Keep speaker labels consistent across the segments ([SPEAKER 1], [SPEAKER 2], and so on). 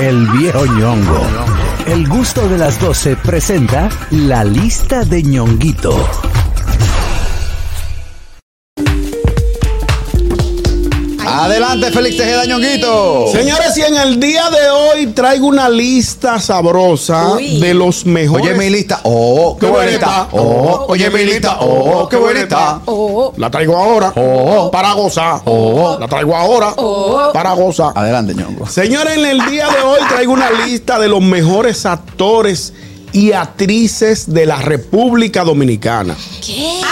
[SPEAKER 1] El viejo ñongo. El gusto de las 12 presenta la lista de ñonguito.
[SPEAKER 2] Adelante, Félix Tejeda Ñonguito.
[SPEAKER 3] Señores, y en el día de hoy traigo una lista sabrosa
[SPEAKER 4] Uy.
[SPEAKER 3] de los mejores.
[SPEAKER 2] Oye, mi lista. Oh, qué
[SPEAKER 3] Qué
[SPEAKER 2] bonita.
[SPEAKER 3] bonita.
[SPEAKER 2] Oh, oye, mi lista. Oh, qué bonita.
[SPEAKER 4] Oh,
[SPEAKER 3] La traigo ahora
[SPEAKER 2] Oh.
[SPEAKER 3] para gozar.
[SPEAKER 2] Oh.
[SPEAKER 3] La traigo ahora
[SPEAKER 4] Oh.
[SPEAKER 3] para gozar.
[SPEAKER 2] Adelante, Ñongo.
[SPEAKER 3] Señores, en el día de hoy traigo una lista de los mejores actores y actrices de la República Dominicana.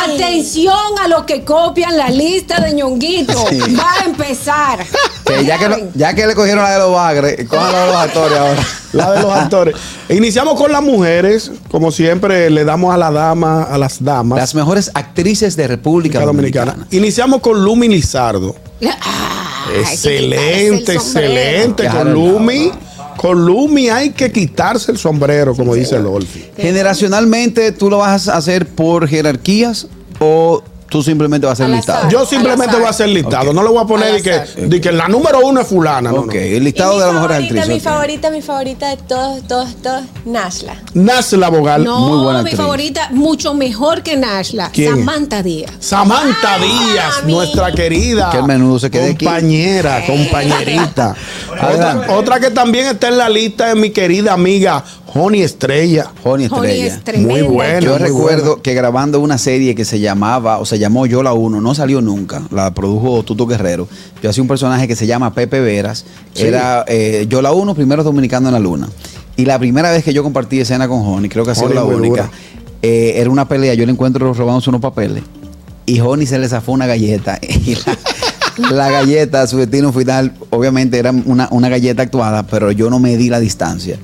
[SPEAKER 4] Atención a los que copian la lista de ñonguito.
[SPEAKER 2] Sí.
[SPEAKER 4] Va a empezar.
[SPEAKER 2] Que ya, que lo- ya que le cogieron la de los bagres, cojan la de los actores ahora.
[SPEAKER 3] La de los actores. Iniciamos con las mujeres. Como siempre, le damos a la dama, a las damas.
[SPEAKER 2] Las mejores actrices de República
[SPEAKER 3] República Dominicana.
[SPEAKER 2] Dominicana.
[SPEAKER 3] Iniciamos con Lumi Lizardo.
[SPEAKER 4] Ay, hay que
[SPEAKER 3] excelente,
[SPEAKER 4] quitarse el sombrero.
[SPEAKER 3] excelente.
[SPEAKER 2] Claro,
[SPEAKER 3] Con Lumi, con Lumi hay que quitarse el sombrero, como dice Lolfi.
[SPEAKER 2] Generacionalmente, ¿tú lo vas a hacer por jerarquías o tú simplemente vas a
[SPEAKER 4] Al
[SPEAKER 2] ser listado?
[SPEAKER 4] azar.
[SPEAKER 3] Yo simplemente
[SPEAKER 4] Al azar.
[SPEAKER 3] voy a hacer listado. No le voy a poner
[SPEAKER 4] Al
[SPEAKER 3] de que,
[SPEAKER 4] azar.
[SPEAKER 3] de que la número uno es fulana. no,
[SPEAKER 2] ok,
[SPEAKER 3] no.
[SPEAKER 2] el
[SPEAKER 5] Y mi
[SPEAKER 2] listado de las mejores
[SPEAKER 5] favorita,
[SPEAKER 2] actrices.
[SPEAKER 5] Mi
[SPEAKER 2] ok.
[SPEAKER 5] favorita, mi favorita de todos, todos, todos, Nashla.
[SPEAKER 3] Nace la vogal.
[SPEAKER 4] No,
[SPEAKER 2] Muy buena
[SPEAKER 4] mi
[SPEAKER 2] actriz.
[SPEAKER 4] favorita, mucho mejor que Nashla.
[SPEAKER 3] ¿Quién?
[SPEAKER 4] Samantha Díaz.
[SPEAKER 3] Samantha Díaz,
[SPEAKER 5] mami.
[SPEAKER 3] nuestra querida
[SPEAKER 2] Qué menudo se queda aquí.
[SPEAKER 3] compañera, compañerita.
[SPEAKER 2] Adelante.
[SPEAKER 3] otra, otra que también está en la lista es mi querida amiga Joni Estrella.
[SPEAKER 2] Joni
[SPEAKER 4] Joni
[SPEAKER 2] Estrella.
[SPEAKER 4] es tremenda.
[SPEAKER 3] Muy buena.
[SPEAKER 2] Yo
[SPEAKER 3] muy
[SPEAKER 2] recuerdo
[SPEAKER 3] buena.
[SPEAKER 2] que grabando una serie que se llamaba, o se llamó Yo la Uno, no salió nunca, la produjo Tuto Guerrero. Yo hacía un personaje que se llama Pepe Veras, era eh, Yo la Uno, primero dominicano en la luna. Y la primera vez que yo compartí escena con Joni, creo que ha sido
[SPEAKER 3] Joni
[SPEAKER 2] la
[SPEAKER 3] es muy
[SPEAKER 2] única,
[SPEAKER 3] dura.
[SPEAKER 2] eh, era una pelea, yo le encuentro robándose unos papeles y Joni se le zafó una galleta. Y la, la galleta, su destino final, obviamente era una, una galleta actuada, pero yo no medí la distancia.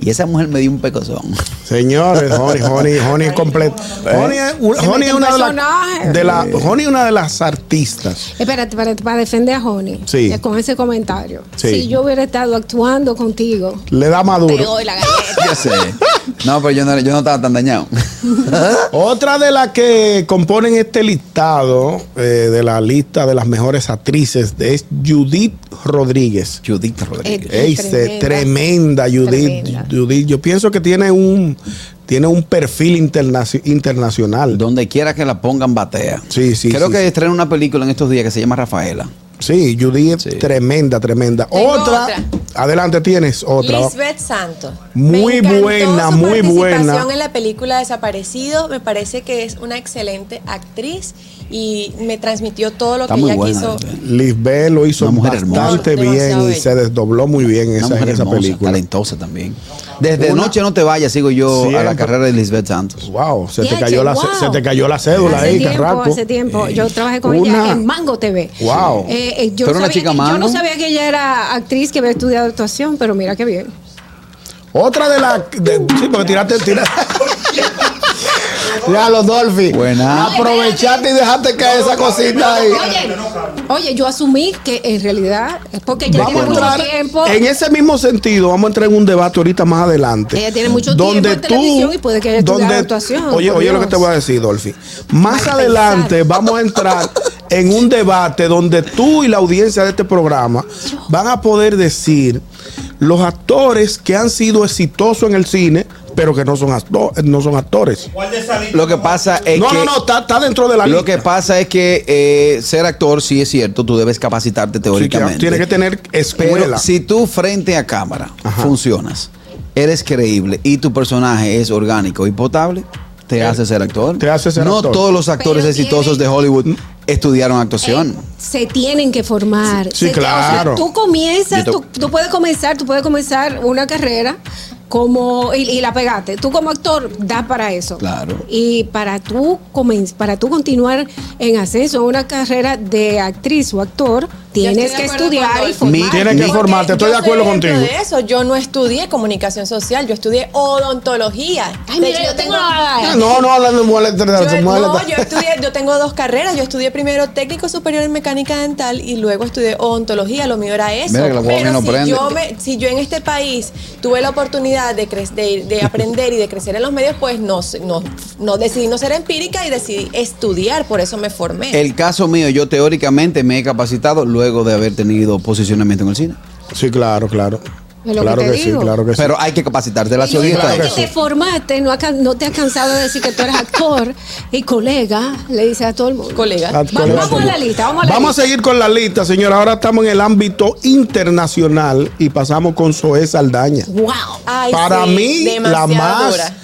[SPEAKER 2] Y esa mujer me dio un pecozón.
[SPEAKER 3] Señores, Joni, Joni, Joni es completa. Joni es, un-
[SPEAKER 4] Se
[SPEAKER 3] Joni
[SPEAKER 4] mete
[SPEAKER 3] es
[SPEAKER 4] en
[SPEAKER 3] una de,
[SPEAKER 4] personaje.
[SPEAKER 3] las de la- Joni es una de las artistas.
[SPEAKER 4] Espérate, espérate, para defender a Joni.
[SPEAKER 3] Sí.
[SPEAKER 4] eh, Con ese comentario.
[SPEAKER 3] Sí.
[SPEAKER 4] Si yo hubiera estado actuando contigo.
[SPEAKER 3] Le da
[SPEAKER 4] Te
[SPEAKER 3] maduro.
[SPEAKER 4] doy la galleta.
[SPEAKER 2] Yo sé. No, pero yo no, yo no estaba tan dañado.
[SPEAKER 3] Otra de las que componen este listado eh, de la lista de las mejores actrices es Judith Rodríguez.
[SPEAKER 2] Judith Rodríguez.
[SPEAKER 4] Eh,
[SPEAKER 3] Ey, se- tremenda,
[SPEAKER 4] Tremenda.
[SPEAKER 3] Judith,
[SPEAKER 4] Tremenda.
[SPEAKER 3] Judith. Yo pienso que tiene un, tiene un perfil internaci- internacional.
[SPEAKER 2] Donde quiera que la pongan, batea.
[SPEAKER 3] Sí, sí,
[SPEAKER 2] Creo
[SPEAKER 3] sí,
[SPEAKER 2] que
[SPEAKER 3] sí.
[SPEAKER 2] estrena una película en estos días que se llama Rafaela.
[SPEAKER 3] Sí, Judith es
[SPEAKER 2] Sí.
[SPEAKER 3] tremenda, tremenda.
[SPEAKER 5] Tengo
[SPEAKER 3] Otra,
[SPEAKER 5] otra.
[SPEAKER 3] adelante tienes otra.
[SPEAKER 5] Lisbeth Santos.
[SPEAKER 3] Muy
[SPEAKER 5] Me encantó
[SPEAKER 3] buena,
[SPEAKER 5] su
[SPEAKER 3] muy buena.
[SPEAKER 5] participación en la película Desaparecido. Me parece que es una excelente actriz y me transmitió todo lo
[SPEAKER 2] Está
[SPEAKER 5] que
[SPEAKER 2] muy
[SPEAKER 5] ella
[SPEAKER 2] buena,
[SPEAKER 5] quiso.
[SPEAKER 2] Lisbeth.
[SPEAKER 3] Lisbeth lo hizo
[SPEAKER 2] Una mujer hermosa.
[SPEAKER 3] bastante
[SPEAKER 5] Demasiado
[SPEAKER 3] bien y
[SPEAKER 5] bella.
[SPEAKER 3] se desdobló muy bien en
[SPEAKER 2] Una
[SPEAKER 3] esa, en
[SPEAKER 2] mujer
[SPEAKER 3] esa
[SPEAKER 2] hermosa,
[SPEAKER 3] película.
[SPEAKER 2] talentosa también. Desde
[SPEAKER 3] Una-
[SPEAKER 2] Noche no te vayas, sigo yo a
[SPEAKER 3] Siempre.
[SPEAKER 2] la carrera de Lisbeth Santos.
[SPEAKER 3] Wow, se te,
[SPEAKER 4] Yache,
[SPEAKER 3] cayó la,
[SPEAKER 4] wow.
[SPEAKER 3] se te cayó la cédula
[SPEAKER 4] Hace
[SPEAKER 3] ahí,
[SPEAKER 4] tiempo,
[SPEAKER 3] Carraco.
[SPEAKER 4] hace tiempo. Yo trabajé con
[SPEAKER 3] Una-
[SPEAKER 4] ella en Mango TV.
[SPEAKER 3] Wow.
[SPEAKER 4] Eh, eh, yo,
[SPEAKER 2] Tú eres una
[SPEAKER 4] sabía
[SPEAKER 2] chica
[SPEAKER 4] que- yo
[SPEAKER 2] Mango.
[SPEAKER 4] no sabía que ella era actriz que había estudiado actuación, pero mira qué bien.
[SPEAKER 3] Otra de las. de- Sí, porque tiraste. tiraste. Ya, los Dolphy.
[SPEAKER 2] Buena.
[SPEAKER 3] Aprovechaste y dejaste caer esa cosita ahí.
[SPEAKER 4] Oye, oye, yo asumí que en realidad es porque ella
[SPEAKER 3] Vamos a
[SPEAKER 4] tiene mucho
[SPEAKER 3] entrar
[SPEAKER 4] tiempo.
[SPEAKER 3] en ese mismo sentido, vamos a entrar en un debate ahorita más adelante.
[SPEAKER 4] Ella tiene mucho tiempo en televisión y puede que haya estudiado actuación,
[SPEAKER 3] Oye,
[SPEAKER 4] por
[SPEAKER 3] oye lo que
[SPEAKER 4] Dios.
[SPEAKER 3] te voy a decir, Dolphy. Más
[SPEAKER 4] Mal
[SPEAKER 3] adelante
[SPEAKER 4] pensado.
[SPEAKER 3] vamos a entrar en un debate donde tú y la audiencia de este programa van a poder decir los actores que han sido exitosos en el cine, pero que no son, acto- no son actores.
[SPEAKER 2] Lo que pasa es
[SPEAKER 3] no,
[SPEAKER 2] que.
[SPEAKER 3] no, no, está, está dentro de la
[SPEAKER 2] Lo
[SPEAKER 3] lista.
[SPEAKER 2] que pasa es que eh, ser actor, sí es cierto, tú debes capacitarte
[SPEAKER 3] Sí, que
[SPEAKER 2] teóricamente.
[SPEAKER 3] tiene que tener
[SPEAKER 2] Pero
[SPEAKER 3] escuela.
[SPEAKER 2] si tú frente a cámara
[SPEAKER 3] Ajá.
[SPEAKER 2] funcionas, eres creíble y tu personaje es orgánico y potable, te hace ser actor.
[SPEAKER 3] Eh, te hace ser
[SPEAKER 2] no
[SPEAKER 3] actor. Mm.
[SPEAKER 2] todos los actores
[SPEAKER 4] Pero
[SPEAKER 2] exitosos
[SPEAKER 4] tiene-
[SPEAKER 2] de Hollywood estudiaron
[SPEAKER 3] Eh,
[SPEAKER 2] actuación.
[SPEAKER 4] se tienen que formar.
[SPEAKER 3] Sí,
[SPEAKER 4] Se- o sea,
[SPEAKER 3] claro.
[SPEAKER 4] tú
[SPEAKER 2] Yo
[SPEAKER 4] comienzas,
[SPEAKER 2] te-
[SPEAKER 4] tú, tú puedes comenzar, tú puedes comenzar una carrera como y, y la pegaste. Tú como actor das para eso.
[SPEAKER 2] Claro.
[SPEAKER 4] Y para tú comen- para tú continuar en ascenso a una carrera de actriz o actor, tienes
[SPEAKER 5] de
[SPEAKER 4] que
[SPEAKER 5] acuerdo
[SPEAKER 4] estudiar
[SPEAKER 5] con
[SPEAKER 4] y
[SPEAKER 5] Dolphy.
[SPEAKER 4] formar.
[SPEAKER 3] Tienes que
[SPEAKER 5] Porque
[SPEAKER 3] formarte, estoy
[SPEAKER 5] yo
[SPEAKER 3] de acuerdo
[SPEAKER 5] soy ejemplo
[SPEAKER 3] contigo.
[SPEAKER 5] de eso. Yo no estudié comunicación social, yo estudié odontología.
[SPEAKER 4] Ay,
[SPEAKER 5] De
[SPEAKER 4] mira,
[SPEAKER 5] hecho,
[SPEAKER 4] yo tengo una vaga.
[SPEAKER 3] No, no, hablando de mujeres,
[SPEAKER 5] Yo, no,
[SPEAKER 3] mujeres-
[SPEAKER 5] yo estudié, yo tengo dos carreras. Yo estudié primero técnico superior en mecánica dental y luego estudié odontología. Lo mío era eso.
[SPEAKER 2] Mira que la guagua
[SPEAKER 5] Pero
[SPEAKER 2] no
[SPEAKER 5] si
[SPEAKER 2] prende.
[SPEAKER 5] yo, me- si yo en este país tuve la oportunidad de, cre- de, de aprender y de crecer en los medios, pues no, sé- no, no decidí no ser empírica y decidí estudiar. Por eso me formé.
[SPEAKER 3] eh.
[SPEAKER 2] El caso mío, yo teóricamente me he capacitado luego de haber tenido posicionamiento en el cine.
[SPEAKER 3] Sí, claro, claro.
[SPEAKER 4] Es lo
[SPEAKER 3] claro
[SPEAKER 4] que
[SPEAKER 3] que,
[SPEAKER 4] te
[SPEAKER 3] sí,
[SPEAKER 4] digo.
[SPEAKER 3] claro que Pues sí.
[SPEAKER 2] Pero hay que capacitarse la
[SPEAKER 4] Y lo
[SPEAKER 2] ciudad.
[SPEAKER 3] Claro
[SPEAKER 4] que
[SPEAKER 3] que sí.
[SPEAKER 4] te formaste, no, aca- no te has cansado de decir que tú eres actor y colega, le dices a todo el mundo.
[SPEAKER 5] Colega.
[SPEAKER 3] Ah,
[SPEAKER 4] Va-
[SPEAKER 3] colega,
[SPEAKER 4] vamos a la
[SPEAKER 3] colega.
[SPEAKER 4] lista, vamos a la lista.
[SPEAKER 3] seguir con la lista, señora. Ahora estamos en el ámbito internacional y pasamos con Zoé Saldaña.
[SPEAKER 4] Wow.
[SPEAKER 5] Ay,
[SPEAKER 3] Para
[SPEAKER 5] sí,
[SPEAKER 3] mí, la
[SPEAKER 5] demasiado
[SPEAKER 3] más
[SPEAKER 5] dura.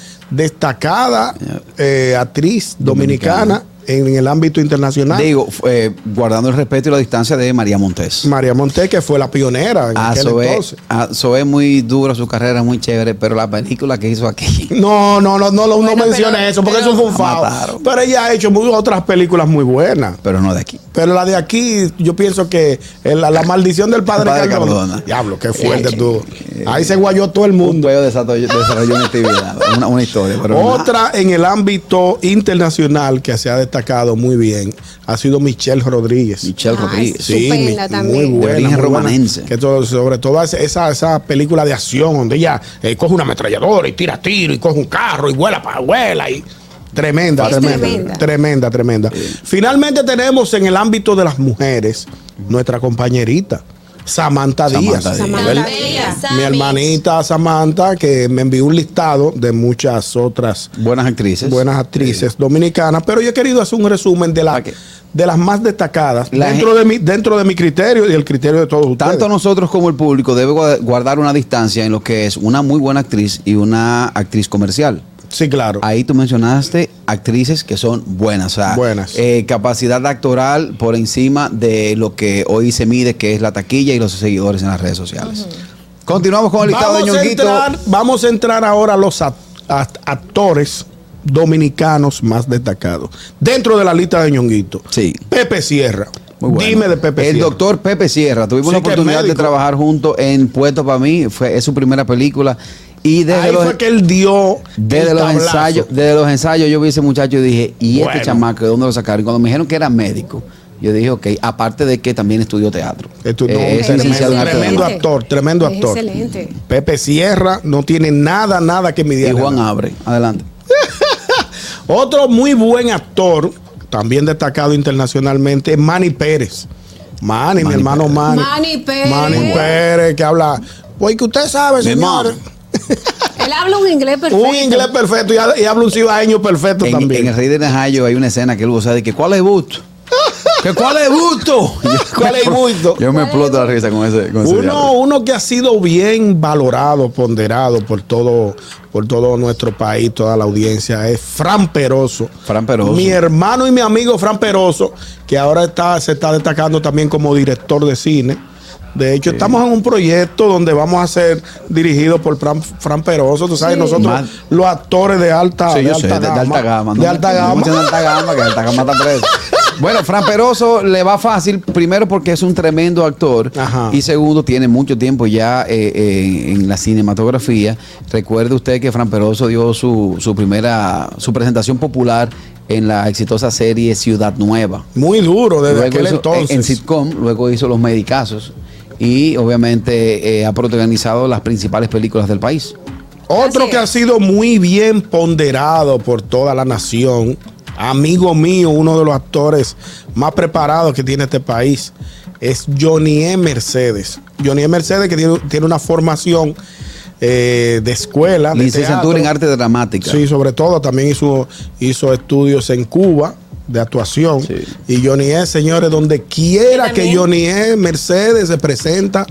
[SPEAKER 3] destacada eh, actriz dominicana,
[SPEAKER 2] Dominicana.
[SPEAKER 3] en, el ámbito internacional.
[SPEAKER 2] Digo, eh, guardando el respeto y la distancia de María Montes. Ah,
[SPEAKER 3] María Montes, que fue la pionera Mm, en
[SPEAKER 2] A
[SPEAKER 3] aquel
[SPEAKER 2] Zoe,
[SPEAKER 3] entonces.
[SPEAKER 2] a Zoe muy dura su carrera, muy chévere, pero la película que hizo aquí.
[SPEAKER 3] No, no, no, no, no
[SPEAKER 5] Bueno,
[SPEAKER 3] menciona
[SPEAKER 5] pero-
[SPEAKER 3] eso, porque
[SPEAKER 5] pero-
[SPEAKER 3] eso fue un fao.
[SPEAKER 2] Mataron.
[SPEAKER 3] Pero ella ha hecho muy- otras películas muy buenas.
[SPEAKER 2] Pero no de aquí.
[SPEAKER 3] Pero la de aquí, yo pienso que eh, la, la maldición del padre,
[SPEAKER 2] Padre
[SPEAKER 3] Cardona.
[SPEAKER 2] Cardona.
[SPEAKER 3] Diablo, qué fuerte
[SPEAKER 2] Eh,
[SPEAKER 3] tú.
[SPEAKER 2] eh,
[SPEAKER 3] Ahí se guayó todo el
[SPEAKER 2] Un
[SPEAKER 3] mundo.
[SPEAKER 2] dueño desarrolló, desarrolló una actividad, una, una historia. Pero nada.
[SPEAKER 3] Otra en el ámbito internacional que se ha destacado muy bien ha sido Michelle Rodríguez.
[SPEAKER 2] Michelle
[SPEAKER 4] Ah,
[SPEAKER 2] Rodríguez.
[SPEAKER 4] sí. Estupenda también.
[SPEAKER 3] muy
[SPEAKER 2] De
[SPEAKER 3] buena,
[SPEAKER 2] origen
[SPEAKER 3] muy buena.
[SPEAKER 2] romanense.
[SPEAKER 3] Que todo- sobre todo esa- esa, esa película de acción donde ella eh, coge una ametralladora y tira tiro y coge un carro y vuela para vuela y tremenda,
[SPEAKER 4] Es
[SPEAKER 3] tremenda, tremenda,
[SPEAKER 4] tremenda.
[SPEAKER 3] tremenda, Finalmente tenemos en el ámbito de las mujeres nuestra compañerita Samantha,
[SPEAKER 2] Samantha
[SPEAKER 3] Díaz,
[SPEAKER 2] Díaz.
[SPEAKER 4] Samantha
[SPEAKER 3] ¿verdad?
[SPEAKER 4] Díaz,
[SPEAKER 5] Sammy.
[SPEAKER 3] mi hermanita Samantha que me envió un listado de muchas otras
[SPEAKER 2] Buenas actrices. Eh,
[SPEAKER 3] buenas actrices dominicanas, pero yo he querido hacer un resumen de, las
[SPEAKER 2] Ok.
[SPEAKER 3] de las más destacadas
[SPEAKER 2] La
[SPEAKER 3] dentro,
[SPEAKER 2] gen-
[SPEAKER 3] de mi, dentro de mi criterio y el criterio de todos ustedes.
[SPEAKER 2] Tanto nosotros como el público debe gua- guardar una distancia en lo que es una muy buena actriz y una actriz comercial.
[SPEAKER 3] Sí, claro.
[SPEAKER 2] Ahí tú mencionaste actrices que son buenas, o sea,
[SPEAKER 3] Buenas.
[SPEAKER 2] eh, capacidad actoral por encima de lo que hoy se mide, que es la taquilla y los seguidores en las redes sociales. Continuamos con el listado de
[SPEAKER 3] Vamos a,
[SPEAKER 2] ñonguito.
[SPEAKER 3] entrar, vamos a entrar ahora a los act- act- actores dominicanos más destacados. Dentro de la lista de ñonguito.
[SPEAKER 2] Sí.
[SPEAKER 3] Pepe Sierra.
[SPEAKER 2] Muy bueno.
[SPEAKER 3] Dime de Pepe
[SPEAKER 2] El
[SPEAKER 3] Sierra.
[SPEAKER 2] doctor Pepe Sierra. Tuvimos
[SPEAKER 3] Sí,
[SPEAKER 2] la
[SPEAKER 3] que es
[SPEAKER 2] oportunidad de
[SPEAKER 3] médico.
[SPEAKER 2] trabajar juntos en Puesto para mí. Fue, es su primera película. Y desde
[SPEAKER 3] Ahí
[SPEAKER 2] los,
[SPEAKER 3] fue que él dio
[SPEAKER 2] desde
[SPEAKER 3] el
[SPEAKER 2] los
[SPEAKER 3] tablazo.
[SPEAKER 2] ensayos, desde los ensayos yo vi a ese muchacho y dije, ¿y
[SPEAKER 3] Bueno.
[SPEAKER 2] este chamaco de dónde lo sacaron? Y cuando me dijeron que era médico, yo dije, ok, aparte de que también estudió teatro.
[SPEAKER 3] Esto- no,
[SPEAKER 2] Eh, es
[SPEAKER 3] tremendo,
[SPEAKER 2] licenciado en arte
[SPEAKER 3] tremendo
[SPEAKER 2] dramático.
[SPEAKER 3] actor, tremendo
[SPEAKER 4] Es
[SPEAKER 3] actor.
[SPEAKER 4] excelente.
[SPEAKER 3] Pepe Sierra no tiene nada, nada que
[SPEAKER 2] Y
[SPEAKER 3] medir.
[SPEAKER 2] Juan Abre, adelante.
[SPEAKER 3] Otro muy buen actor, también destacado internacionalmente, es Manny Pérez. Manny, mi
[SPEAKER 2] Manny
[SPEAKER 3] hermano
[SPEAKER 2] Pérez.
[SPEAKER 3] Manny.
[SPEAKER 4] Manny Pérez.
[SPEAKER 3] Manny Pérez, que habla. Pues que usted sabe, señor.
[SPEAKER 2] hermano.
[SPEAKER 4] Él habla un inglés perfecto.
[SPEAKER 3] Un inglés perfecto y, ha- y habla un cibaeño perfecto
[SPEAKER 2] En,
[SPEAKER 3] también.
[SPEAKER 2] en el Rey de Najayo hay una escena que él usa de que ¿cuál es gusto? ¿Que cuál es gusto?
[SPEAKER 3] ¿Cuál es gusto?
[SPEAKER 2] Yo me exploto la risa con ese. Con ese
[SPEAKER 3] Uno,
[SPEAKER 2] diálogo.
[SPEAKER 3] uno que ha sido bien valorado, ponderado por todo, por todo nuestro país, toda la audiencia, es Fran Peroso.
[SPEAKER 2] Fran Peroso.
[SPEAKER 3] Mi hermano y mi amigo Fran Peroso, que ahora está, se está destacando también como director de cine. De hecho, estamos en un proyecto donde vamos a ser dirigidos por Fran, Fran Peroso. Tú sabes,
[SPEAKER 4] Sí.
[SPEAKER 3] nosotros,
[SPEAKER 2] Mal.
[SPEAKER 3] los actores de alta,
[SPEAKER 2] Sí,
[SPEAKER 3] Ah, de
[SPEAKER 2] yo
[SPEAKER 3] alta
[SPEAKER 2] sé, de, de
[SPEAKER 3] gama.
[SPEAKER 2] alta gama.
[SPEAKER 3] de alta gama.
[SPEAKER 2] mucho de alta gama, que alta gama está preso. Bueno, Fran Peroso le va fácil, primero porque es un tremendo actor
[SPEAKER 3] Ajá.
[SPEAKER 2] y segundo tiene mucho tiempo ya eh, eh, en la cinematografía. Recuerde usted que Fran Peroso dio su, su primera, su presentación popular en la exitosa serie Ciudad Nueva.
[SPEAKER 3] Muy duro desde
[SPEAKER 2] Luego
[SPEAKER 3] aquel
[SPEAKER 2] hizo-
[SPEAKER 3] entonces.
[SPEAKER 2] En sitcom, luego hizo Los Medicazos y obviamente eh, ha protagonizado las principales películas del país.
[SPEAKER 3] Otro
[SPEAKER 4] Así
[SPEAKER 3] que
[SPEAKER 4] es.
[SPEAKER 3] ha sido muy bien ponderado por toda la nación, amigo mío, uno de los actores más preparados que tiene este país, es Johnny E. Mercedes. Johnny E. Mercedes que tiene, tiene una formación eh, de escuela. de
[SPEAKER 2] Licenciatura
[SPEAKER 3] teatro.
[SPEAKER 2] en arte dramática.
[SPEAKER 3] Sí, sobre todo también hizo, hizo estudios en Cuba de actuación.
[SPEAKER 2] Sí.
[SPEAKER 3] Y Johnny E, señores, donde quiera
[SPEAKER 5] Y
[SPEAKER 3] que
[SPEAKER 5] también-
[SPEAKER 3] Johnny E. Mercedes se presenta,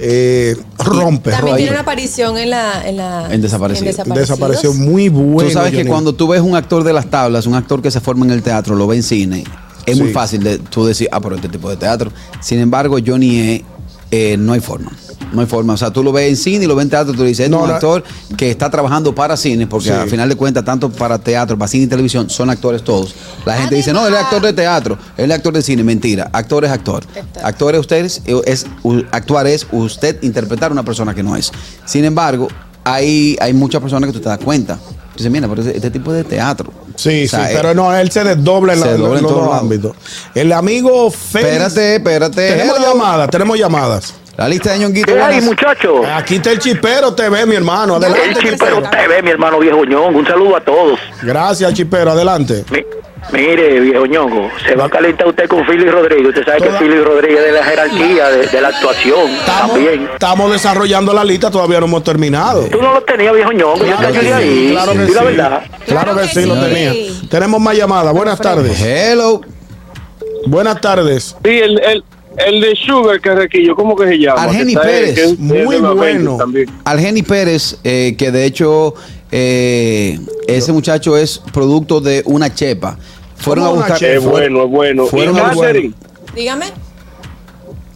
[SPEAKER 3] eh, rompe.
[SPEAKER 5] También
[SPEAKER 2] ahí.
[SPEAKER 5] tiene una aparición en la. En, la,
[SPEAKER 2] En Desaparecidos.
[SPEAKER 5] Desaparecidos.
[SPEAKER 3] Desapareció muy bueno.
[SPEAKER 2] Tú sabes que
[SPEAKER 3] Johnny.
[SPEAKER 2] cuando tú ves un actor de las tablas, un actor que se forma en el teatro, lo ve en cine, es
[SPEAKER 3] Sí.
[SPEAKER 2] muy fácil de tú decir, ah, pero este tipo de teatro. Sin embargo, Johnny E. eh, no hay forma. No hay forma. O sea, tú lo ves en cine y lo ves en teatro, tú dices, este
[SPEAKER 3] No,
[SPEAKER 2] es un
[SPEAKER 3] la-
[SPEAKER 2] actor que está trabajando para cine, porque
[SPEAKER 3] Sí.
[SPEAKER 2] al final de cuentas, tanto para teatro, para cine y televisión, son actores todos. La gente dice, no, él es
[SPEAKER 4] Además-
[SPEAKER 2] actor de teatro, él es actor de cine. Mentira, actor es actor. Actor es usted, es, es- u- actuar es usted interpretar a una persona que no es. Sin embargo, hay, hay muchas personas que tú te das cuenta. Dices, mira, pero este, este tipo de teatro.
[SPEAKER 3] Sí,
[SPEAKER 2] O sea,
[SPEAKER 3] sí,
[SPEAKER 2] eh,
[SPEAKER 3] pero no, él se desdobla en, la-
[SPEAKER 2] se
[SPEAKER 3] en
[SPEAKER 2] dobla en
[SPEAKER 3] los
[SPEAKER 2] todos
[SPEAKER 3] dos
[SPEAKER 2] lados.
[SPEAKER 3] ámbitos. El amigo Félix.
[SPEAKER 2] Espérate, espérate.
[SPEAKER 3] Tenemos
[SPEAKER 2] hello.
[SPEAKER 3] llamadas, tenemos llamadas.
[SPEAKER 2] La lista de ñonguito.
[SPEAKER 6] ¿Qué hay,
[SPEAKER 2] buenas.
[SPEAKER 6] muchachos?
[SPEAKER 3] Aquí está el chipero, te ve, mi hermano.
[SPEAKER 6] El
[SPEAKER 3] Adelante.
[SPEAKER 6] Chipero TV, mi hermano viejo ñongo. Un saludo a todos.
[SPEAKER 3] Gracias, chipero, adelante.
[SPEAKER 6] Mi- Mire, viejo ñongo, se va a calentar usted con Philly Rodríguez. Usted sabe
[SPEAKER 3] Toda-
[SPEAKER 6] que Philly Rodríguez es de la jerarquía, de, de la actuación
[SPEAKER 3] Estamos,
[SPEAKER 6] también.
[SPEAKER 3] estamos desarrollando la lista, todavía no hemos terminado.
[SPEAKER 6] Tú no lo tenías, viejo ñongo. Yo te
[SPEAKER 2] Claro que
[SPEAKER 6] ayudé
[SPEAKER 2] sí,
[SPEAKER 6] ahí.
[SPEAKER 3] Claro que
[SPEAKER 6] Di la
[SPEAKER 3] sí.
[SPEAKER 6] verdad.
[SPEAKER 3] Claro que sí, lo
[SPEAKER 2] sí.
[SPEAKER 3] tenía. Tenemos más llamadas. Buenas tardes.
[SPEAKER 2] Hello.
[SPEAKER 3] Buenas tardes.
[SPEAKER 7] Sí, el, el, el de Sugar Carrequillo, ¿cómo que se llama?
[SPEAKER 2] Argeni
[SPEAKER 7] Que está-
[SPEAKER 2] Pérez,
[SPEAKER 7] que es-
[SPEAKER 3] muy
[SPEAKER 7] es de los
[SPEAKER 3] bueno.
[SPEAKER 7] Avengers también.
[SPEAKER 2] Algeni Pérez, eh, que de hecho eh, ese muchacho es producto de una chepa. Fueron a
[SPEAKER 3] ¿Cómo una
[SPEAKER 2] buscar.
[SPEAKER 3] chepa?
[SPEAKER 7] Es
[SPEAKER 2] fue-
[SPEAKER 7] bueno, es bueno.
[SPEAKER 2] fueron
[SPEAKER 7] y
[SPEAKER 2] muy
[SPEAKER 7] Catherine,
[SPEAKER 5] Dígame.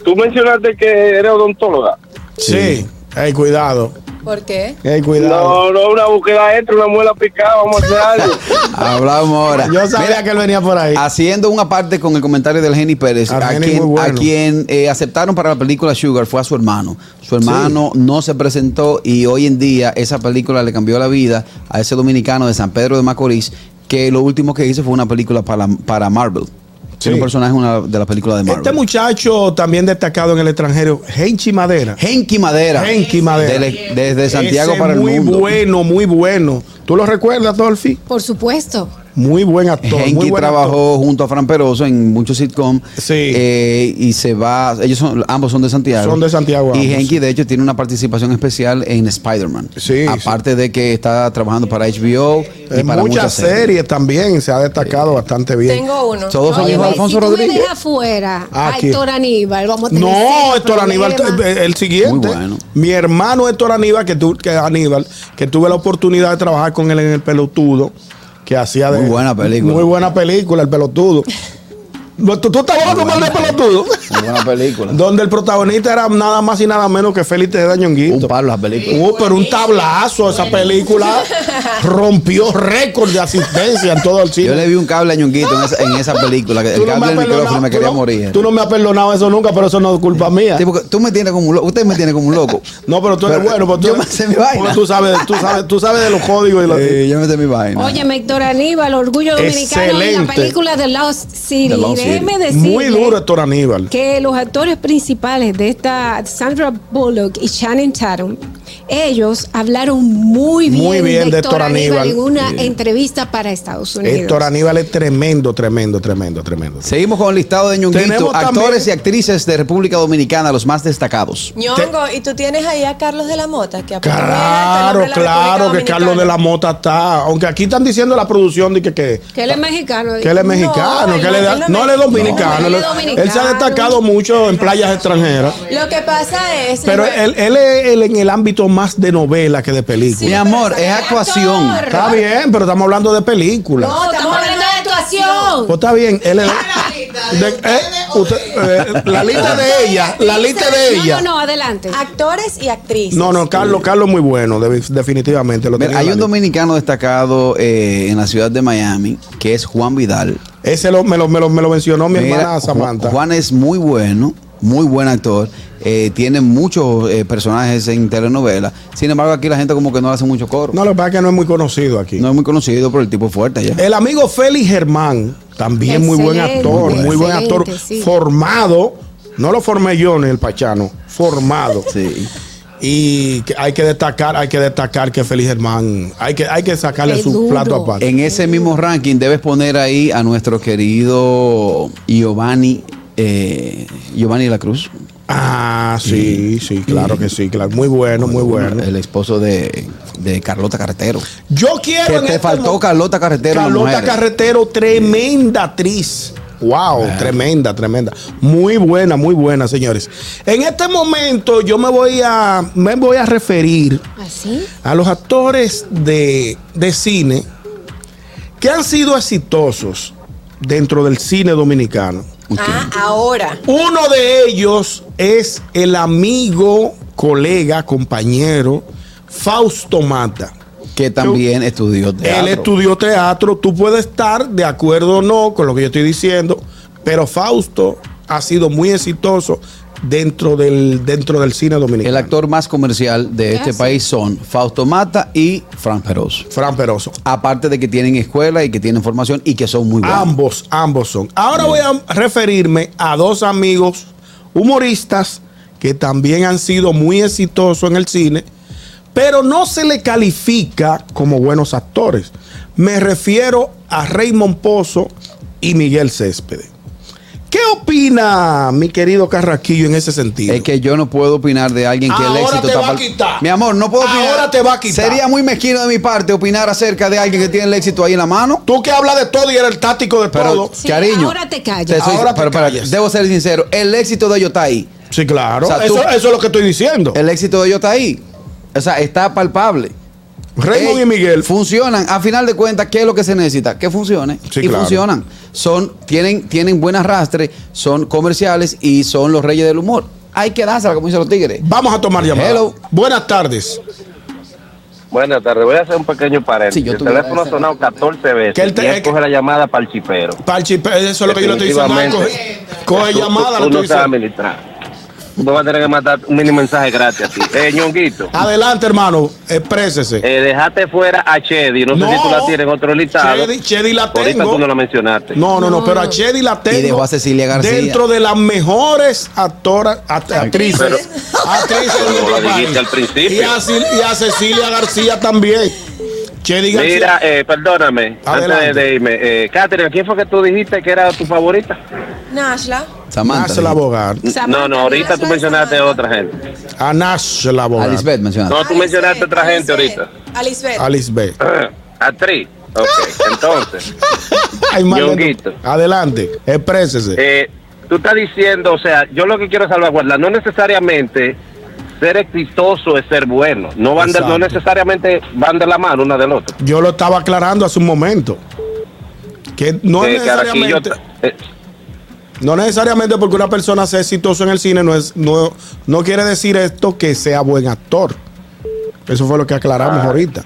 [SPEAKER 7] tú mencionaste que eres odontóloga.
[SPEAKER 3] Sí. Ey, cuidado.
[SPEAKER 5] ¿Por qué?
[SPEAKER 3] Ey, cuidado.
[SPEAKER 7] No, no, una búsqueda extra, una muela picada, vamos a hacer algo.
[SPEAKER 2] Hablamos ahora.
[SPEAKER 3] Yo sabía
[SPEAKER 2] Mira,
[SPEAKER 3] que él venía por ahí.
[SPEAKER 2] Haciendo una parte con el comentario del Geni Pérez, a
[SPEAKER 3] Argeni,
[SPEAKER 2] quien,
[SPEAKER 3] muy bueno.
[SPEAKER 2] a quien, eh, aceptaron para la película Sugar fue a su hermano. Su hermano no se presentó y hoy en día esa película le cambió la vida a ese dominicano de San Pedro de Macorís, que lo último que hizo fue una película para, para Marvel.
[SPEAKER 3] Sí.
[SPEAKER 2] Tiene un personaje en una de las películas de Marvel.
[SPEAKER 3] Este muchacho también destacado en el extranjero, Henchi Madera.
[SPEAKER 2] Henki Madera.
[SPEAKER 3] Henki Madera.
[SPEAKER 2] Dele- desde Santiago
[SPEAKER 3] Ese
[SPEAKER 2] para el
[SPEAKER 3] muy
[SPEAKER 2] mundo.
[SPEAKER 3] bueno, muy bueno. ¿Tú lo recuerdas, Dolphy?
[SPEAKER 4] Por supuesto.
[SPEAKER 3] Muy buen actor. muy
[SPEAKER 2] Henki
[SPEAKER 3] buen
[SPEAKER 2] trabajó junto a Fran Peroso en muchos sitcoms.
[SPEAKER 3] Sí.
[SPEAKER 2] Eh, y se va. Ellos son, ambos son de Santiago.
[SPEAKER 3] Son de Santiago
[SPEAKER 2] Y
[SPEAKER 3] ambos.
[SPEAKER 2] Henki, de hecho, tiene una participación especial en Spider-Man.
[SPEAKER 3] Sí,
[SPEAKER 2] Aparte de que está trabajando para HBO y
[SPEAKER 3] En
[SPEAKER 2] para
[SPEAKER 3] muchas, series, también se ha destacado bastante bien.
[SPEAKER 5] Tengo uno.
[SPEAKER 2] Todos son
[SPEAKER 4] Oye,
[SPEAKER 2] hijos de
[SPEAKER 4] si
[SPEAKER 2] Alfonso
[SPEAKER 4] tú
[SPEAKER 2] Rodríguez.
[SPEAKER 4] me dejas fuera
[SPEAKER 3] Ah,
[SPEAKER 4] a
[SPEAKER 3] ¿quién?
[SPEAKER 4] Héctor Aníbal, vamos a tener
[SPEAKER 3] No,
[SPEAKER 4] serios
[SPEAKER 3] Héctor Aníbal,
[SPEAKER 4] problemas.
[SPEAKER 3] eh, el siguiente.
[SPEAKER 2] Muy bueno.
[SPEAKER 3] Mi hermano Héctor Aníbal que, tu- que Aníbal, que tuve la oportunidad de trabajar con él en El Pelotudo, que hacía de.
[SPEAKER 2] Muy buena película.
[SPEAKER 3] Muy buena película, El Pelotudo. ¿Tú, tú estás hablando mal de Pelotudo?
[SPEAKER 2] Muy buena película.
[SPEAKER 3] Donde el protagonista era nada más y nada menos que Félix de
[SPEAKER 2] Un
[SPEAKER 3] Dañonguito.
[SPEAKER 2] palo las películas.
[SPEAKER 3] Uh, pero un tablazo, esa película rompió récord de asistencia en todo el cine.
[SPEAKER 2] Yo le vi un cable a Ñonguito en esa, en esa película. que
[SPEAKER 3] Tú
[SPEAKER 2] El
[SPEAKER 3] no me
[SPEAKER 2] cable
[SPEAKER 3] has
[SPEAKER 2] del micrófono y
[SPEAKER 3] perdonado-
[SPEAKER 2] me
[SPEAKER 3] tú
[SPEAKER 2] quería
[SPEAKER 3] no-
[SPEAKER 2] morir.
[SPEAKER 3] Tú no me has perdonado eso nunca, pero eso no es culpa mía.
[SPEAKER 2] Sí, porque tú me tienes como un loco. Usted me tiene como un loco.
[SPEAKER 3] No, pero tú eres
[SPEAKER 2] Pero
[SPEAKER 3] bueno, porque tú,
[SPEAKER 2] yo
[SPEAKER 3] eres-
[SPEAKER 2] me sé mi vaina.
[SPEAKER 3] porque tú sabes, tú sabes, tú sabes de los códigos y los-
[SPEAKER 2] Eh, yo me sé mi vaina.
[SPEAKER 4] Oye, Héctor Aníbal, Orgullo Dominicano y
[SPEAKER 3] Excelente.
[SPEAKER 4] la película de Lost City.
[SPEAKER 2] The Lost City.
[SPEAKER 4] Déjeme decirle
[SPEAKER 3] Muy duro Héctor Aníbal.
[SPEAKER 4] que los actores principales de esta, Sandra Bullock y Shannon Tatum, ellos hablaron muy bien,
[SPEAKER 3] Muy bien de Héctor Aníbal.
[SPEAKER 4] en una entrevista para Estados Unidos.
[SPEAKER 3] Héctor Aníbal es tremendo, tremendo, tremendo, tremendo.
[SPEAKER 2] Seguimos con el listado de ñonguito,
[SPEAKER 3] Tenemos también-
[SPEAKER 2] actores y actrices de República Dominicana, los más destacados.
[SPEAKER 5] Ñongo, y tú tienes ahí a Carlos de la Mota. Que apenas
[SPEAKER 3] Claro,
[SPEAKER 5] me da el nombre de la
[SPEAKER 3] claro
[SPEAKER 5] República
[SPEAKER 3] que Carlos de la
[SPEAKER 5] Dominicana.
[SPEAKER 3] Mota está, aunque aquí están diciendo la producción de que, que,
[SPEAKER 4] Que él es mexicano.
[SPEAKER 3] que él es
[SPEAKER 4] No,
[SPEAKER 3] mexicano,
[SPEAKER 5] él
[SPEAKER 3] que él
[SPEAKER 5] no-
[SPEAKER 3] es-
[SPEAKER 5] él no es
[SPEAKER 3] no él es
[SPEAKER 5] mexicano.
[SPEAKER 3] dominicano,
[SPEAKER 4] No, él es
[SPEAKER 3] él- él se ha
[SPEAKER 4] dominicano.
[SPEAKER 3] destacado mucho en playas extranjeras,
[SPEAKER 5] Lo que pasa es.
[SPEAKER 3] pero
[SPEAKER 5] bueno,
[SPEAKER 3] él, él es el- en el ámbito más de novela que de
[SPEAKER 5] sí,
[SPEAKER 3] película.
[SPEAKER 2] Mi
[SPEAKER 5] pero
[SPEAKER 2] amor,
[SPEAKER 5] saca
[SPEAKER 2] es
[SPEAKER 5] el
[SPEAKER 2] actuación.
[SPEAKER 5] actor.
[SPEAKER 3] Está bien, pero estamos hablando de película.
[SPEAKER 5] No, estamos hablando de actuación.
[SPEAKER 3] Pues está bien, él es- de- eh, usted- eh, la lista de ella, la lista de
[SPEAKER 4] No,
[SPEAKER 3] ella.
[SPEAKER 4] no, no, adelante.
[SPEAKER 5] Actores y actrices.
[SPEAKER 3] No, no, Carlos, Carlos muy bueno, de- definitivamente. Lo
[SPEAKER 2] Mira,
[SPEAKER 3] tenía en
[SPEAKER 2] hay
[SPEAKER 3] la
[SPEAKER 2] un
[SPEAKER 3] lista.
[SPEAKER 2] dominicano destacado eh, en la ciudad de Miami, que es Juan Vidal.
[SPEAKER 3] Ese lo- me, lo, me, lo, me lo mencionó mi
[SPEAKER 2] Mira,
[SPEAKER 3] hermana
[SPEAKER 2] Ju-
[SPEAKER 3] Samantha.
[SPEAKER 2] Juan es muy bueno, muy buen actor. eh, tiene muchos eh, personajes en telenovelas. Sin embargo, aquí la gente como que no le hace mucho coro. No,
[SPEAKER 3] no, lo que pasa es que no es muy conocido aquí.
[SPEAKER 2] es muy conocido, pero el tipo es fuerte ya.
[SPEAKER 3] El amigo Félix Germán, también muy buen
[SPEAKER 4] Excelente,
[SPEAKER 3] actor, muy buen
[SPEAKER 4] excelente,
[SPEAKER 3] actor,
[SPEAKER 4] sí.
[SPEAKER 3] formado. No lo formé yo en el Pachano, formado.
[SPEAKER 2] Sí.
[SPEAKER 3] Y que hay que destacar, hay que destacar que Félix Germán, hay que, hay que sacarle
[SPEAKER 4] Es
[SPEAKER 3] su
[SPEAKER 4] duro.
[SPEAKER 3] plato aparte.
[SPEAKER 2] En ese mismo ranking debes poner ahí a nuestro querido Giovanni, eh, Giovanni La Cruz.
[SPEAKER 3] Ah, sí, sí, claro que sí, claro. Muy bueno, muy bueno.
[SPEAKER 2] El esposo de, de Carlota Carretero.
[SPEAKER 3] Yo quiero.
[SPEAKER 2] Que
[SPEAKER 3] en
[SPEAKER 2] te
[SPEAKER 3] este
[SPEAKER 2] faltó
[SPEAKER 3] mo-
[SPEAKER 2] Carlota Carretero. en las
[SPEAKER 3] Carlota
[SPEAKER 2] mujeres.
[SPEAKER 3] Carretero, tremenda actriz. Wow, tremenda, tremenda. Muy buena, muy buena, señores. En este momento yo me voy a, me voy a referir
[SPEAKER 4] ¿Así?
[SPEAKER 3] a los actores de, de cine que han sido exitosos dentro del cine dominicano.
[SPEAKER 5] Ah, ahora.
[SPEAKER 3] Uno de ellos es el amigo, colega, compañero Fausto Mata.
[SPEAKER 2] Que también estudió teatro.
[SPEAKER 3] Él estudió teatro. Tú puedes estar de acuerdo o no con lo que yo estoy diciendo, pero Fausto ha sido muy exitoso dentro del, dentro del cine dominicano.
[SPEAKER 2] El actor más comercial
[SPEAKER 3] Ah,
[SPEAKER 2] de este
[SPEAKER 4] Gracias.
[SPEAKER 2] país son Fausto Mata y Fran Peroso.
[SPEAKER 3] Fran Peroso.
[SPEAKER 2] Aparte de que tienen escuela y que tienen formación y que son muy buenos.
[SPEAKER 3] Ambos, ambos son. Ahora voy a referirme a dos amigos humoristas que también han sido muy exitosos en el cine, pero no se le califica como buenos actores. Me refiero a Raymond Pozo y Miguel Céspedes. ¿Qué opina mi querido Carraquillo en ese sentido?
[SPEAKER 2] Es que yo no puedo opinar de alguien que
[SPEAKER 3] Ahora
[SPEAKER 2] el éxito
[SPEAKER 3] te va
[SPEAKER 2] pal-
[SPEAKER 3] a quitar.
[SPEAKER 2] Mi amor, no puedo opinar.
[SPEAKER 3] Ahora te va a quitar.
[SPEAKER 2] Sería muy mezquino de mi parte opinar acerca de alguien que tiene el éxito ahí en la mano.
[SPEAKER 3] Tú que hablas de todo y eres el táctico de
[SPEAKER 2] Pero,
[SPEAKER 3] todo.
[SPEAKER 4] Sí,
[SPEAKER 2] cariño.
[SPEAKER 4] ahora te callas.
[SPEAKER 2] te soy-
[SPEAKER 3] Ahora te
[SPEAKER 2] pero, pero,
[SPEAKER 3] callas.
[SPEAKER 2] Debo ser sincero. El éxito de ellos está ahí.
[SPEAKER 3] Sí, claro.
[SPEAKER 2] O sea, tú-
[SPEAKER 3] eso, eso es lo que estoy diciendo.
[SPEAKER 2] El éxito de ellos está ahí. O sea, está palpable.
[SPEAKER 3] Raymond
[SPEAKER 2] Ey,
[SPEAKER 3] y Miguel.
[SPEAKER 2] funcionan. A final de cuentas, ¿qué es lo que se necesita? Que funcione.
[SPEAKER 3] Sí,
[SPEAKER 2] y
[SPEAKER 3] claro.
[SPEAKER 2] funcionan. Son, tienen, tienen buen arrastre, son comerciales y son los reyes del humor. Hay que dársela, como dicen los tigres.
[SPEAKER 3] Vamos a tomar llamada.
[SPEAKER 2] Hello.
[SPEAKER 3] Buenas tardes.
[SPEAKER 7] Buenas tardes, voy a hacer un pequeño paréntesis.
[SPEAKER 2] Sí, yo
[SPEAKER 7] el
[SPEAKER 2] tuviera
[SPEAKER 7] teléfono ha
[SPEAKER 2] ese-
[SPEAKER 7] sonado 14 veces.
[SPEAKER 3] Que el te-
[SPEAKER 7] y él coge la llamada para el chipero.
[SPEAKER 3] Parchi, eso es lo que yo le estoy diciendo. Ah, Coge,
[SPEAKER 7] Definitivamente.
[SPEAKER 3] coge
[SPEAKER 7] Tú- tú-
[SPEAKER 3] llamada,
[SPEAKER 7] tú
[SPEAKER 3] le
[SPEAKER 7] no
[SPEAKER 3] estoy
[SPEAKER 7] sabes
[SPEAKER 3] diciendo.
[SPEAKER 7] administrar. Tú vas a tener que mandar un mini mensaje gratis a ti. Eh,
[SPEAKER 3] Ah,
[SPEAKER 7] Ñonguito,
[SPEAKER 3] Adelante, hermano. Exprésese.
[SPEAKER 7] eh, dejaste fuera a Chedi. No, sé si tú la tienes en otro listado.
[SPEAKER 3] Chedi, Chedi la
[SPEAKER 7] Ahorita
[SPEAKER 3] tengo.
[SPEAKER 7] tú no la mencionaste.
[SPEAKER 3] No, no, no, pero a Chedi la tengo.
[SPEAKER 2] dejó a Cecilia García.
[SPEAKER 3] Dentro de las mejores actoras, act- actrices. actrices
[SPEAKER 7] Pero
[SPEAKER 3] de
[SPEAKER 7] no la
[SPEAKER 3] mi país.
[SPEAKER 7] dijiste al principio.
[SPEAKER 3] Y a, Cil- y a Cecilia García también. Chedi García.
[SPEAKER 7] Mira, eh, perdóname,
[SPEAKER 3] Adelante.
[SPEAKER 7] antes de, de irme. Eh, Catherine, ¿quién fue que tú dijiste que era tu favorita?
[SPEAKER 5] Nashla.
[SPEAKER 2] Samantha.
[SPEAKER 3] Nashla
[SPEAKER 2] dijiste.
[SPEAKER 3] Bogart.
[SPEAKER 7] no, no, ahorita tú mencionaste a otra gente.
[SPEAKER 3] A Nashla
[SPEAKER 2] A
[SPEAKER 3] Bogart.
[SPEAKER 2] Lisbeth mencionaste.
[SPEAKER 7] No, tú mencionaste a otra gente ahorita.
[SPEAKER 5] Alisbeth.
[SPEAKER 3] A Lisbeth.
[SPEAKER 7] Actriz. Ok, entonces,
[SPEAKER 3] Ay, Marlene,
[SPEAKER 7] Ñonguito.
[SPEAKER 3] Adelante, exprésese.
[SPEAKER 7] eh, tú estás diciendo, o sea, yo lo que quiero es salvaguardar, no necesariamente ser exitoso es ser bueno. No, van de- no
[SPEAKER 3] Exacto.
[SPEAKER 7] necesariamente van de la mano una del otro.
[SPEAKER 3] Yo lo estaba aclarando hace un momento. Que no
[SPEAKER 7] Eh,
[SPEAKER 3] es
[SPEAKER 7] Caraquillo,
[SPEAKER 3] necesariamente,
[SPEAKER 7] eh,
[SPEAKER 3] no necesariamente porque una persona sea exitosa en el cine no es no, no quiere decir esto que sea buen actor. Eso fue lo que aclaramos
[SPEAKER 7] Ah.
[SPEAKER 3] ahorita.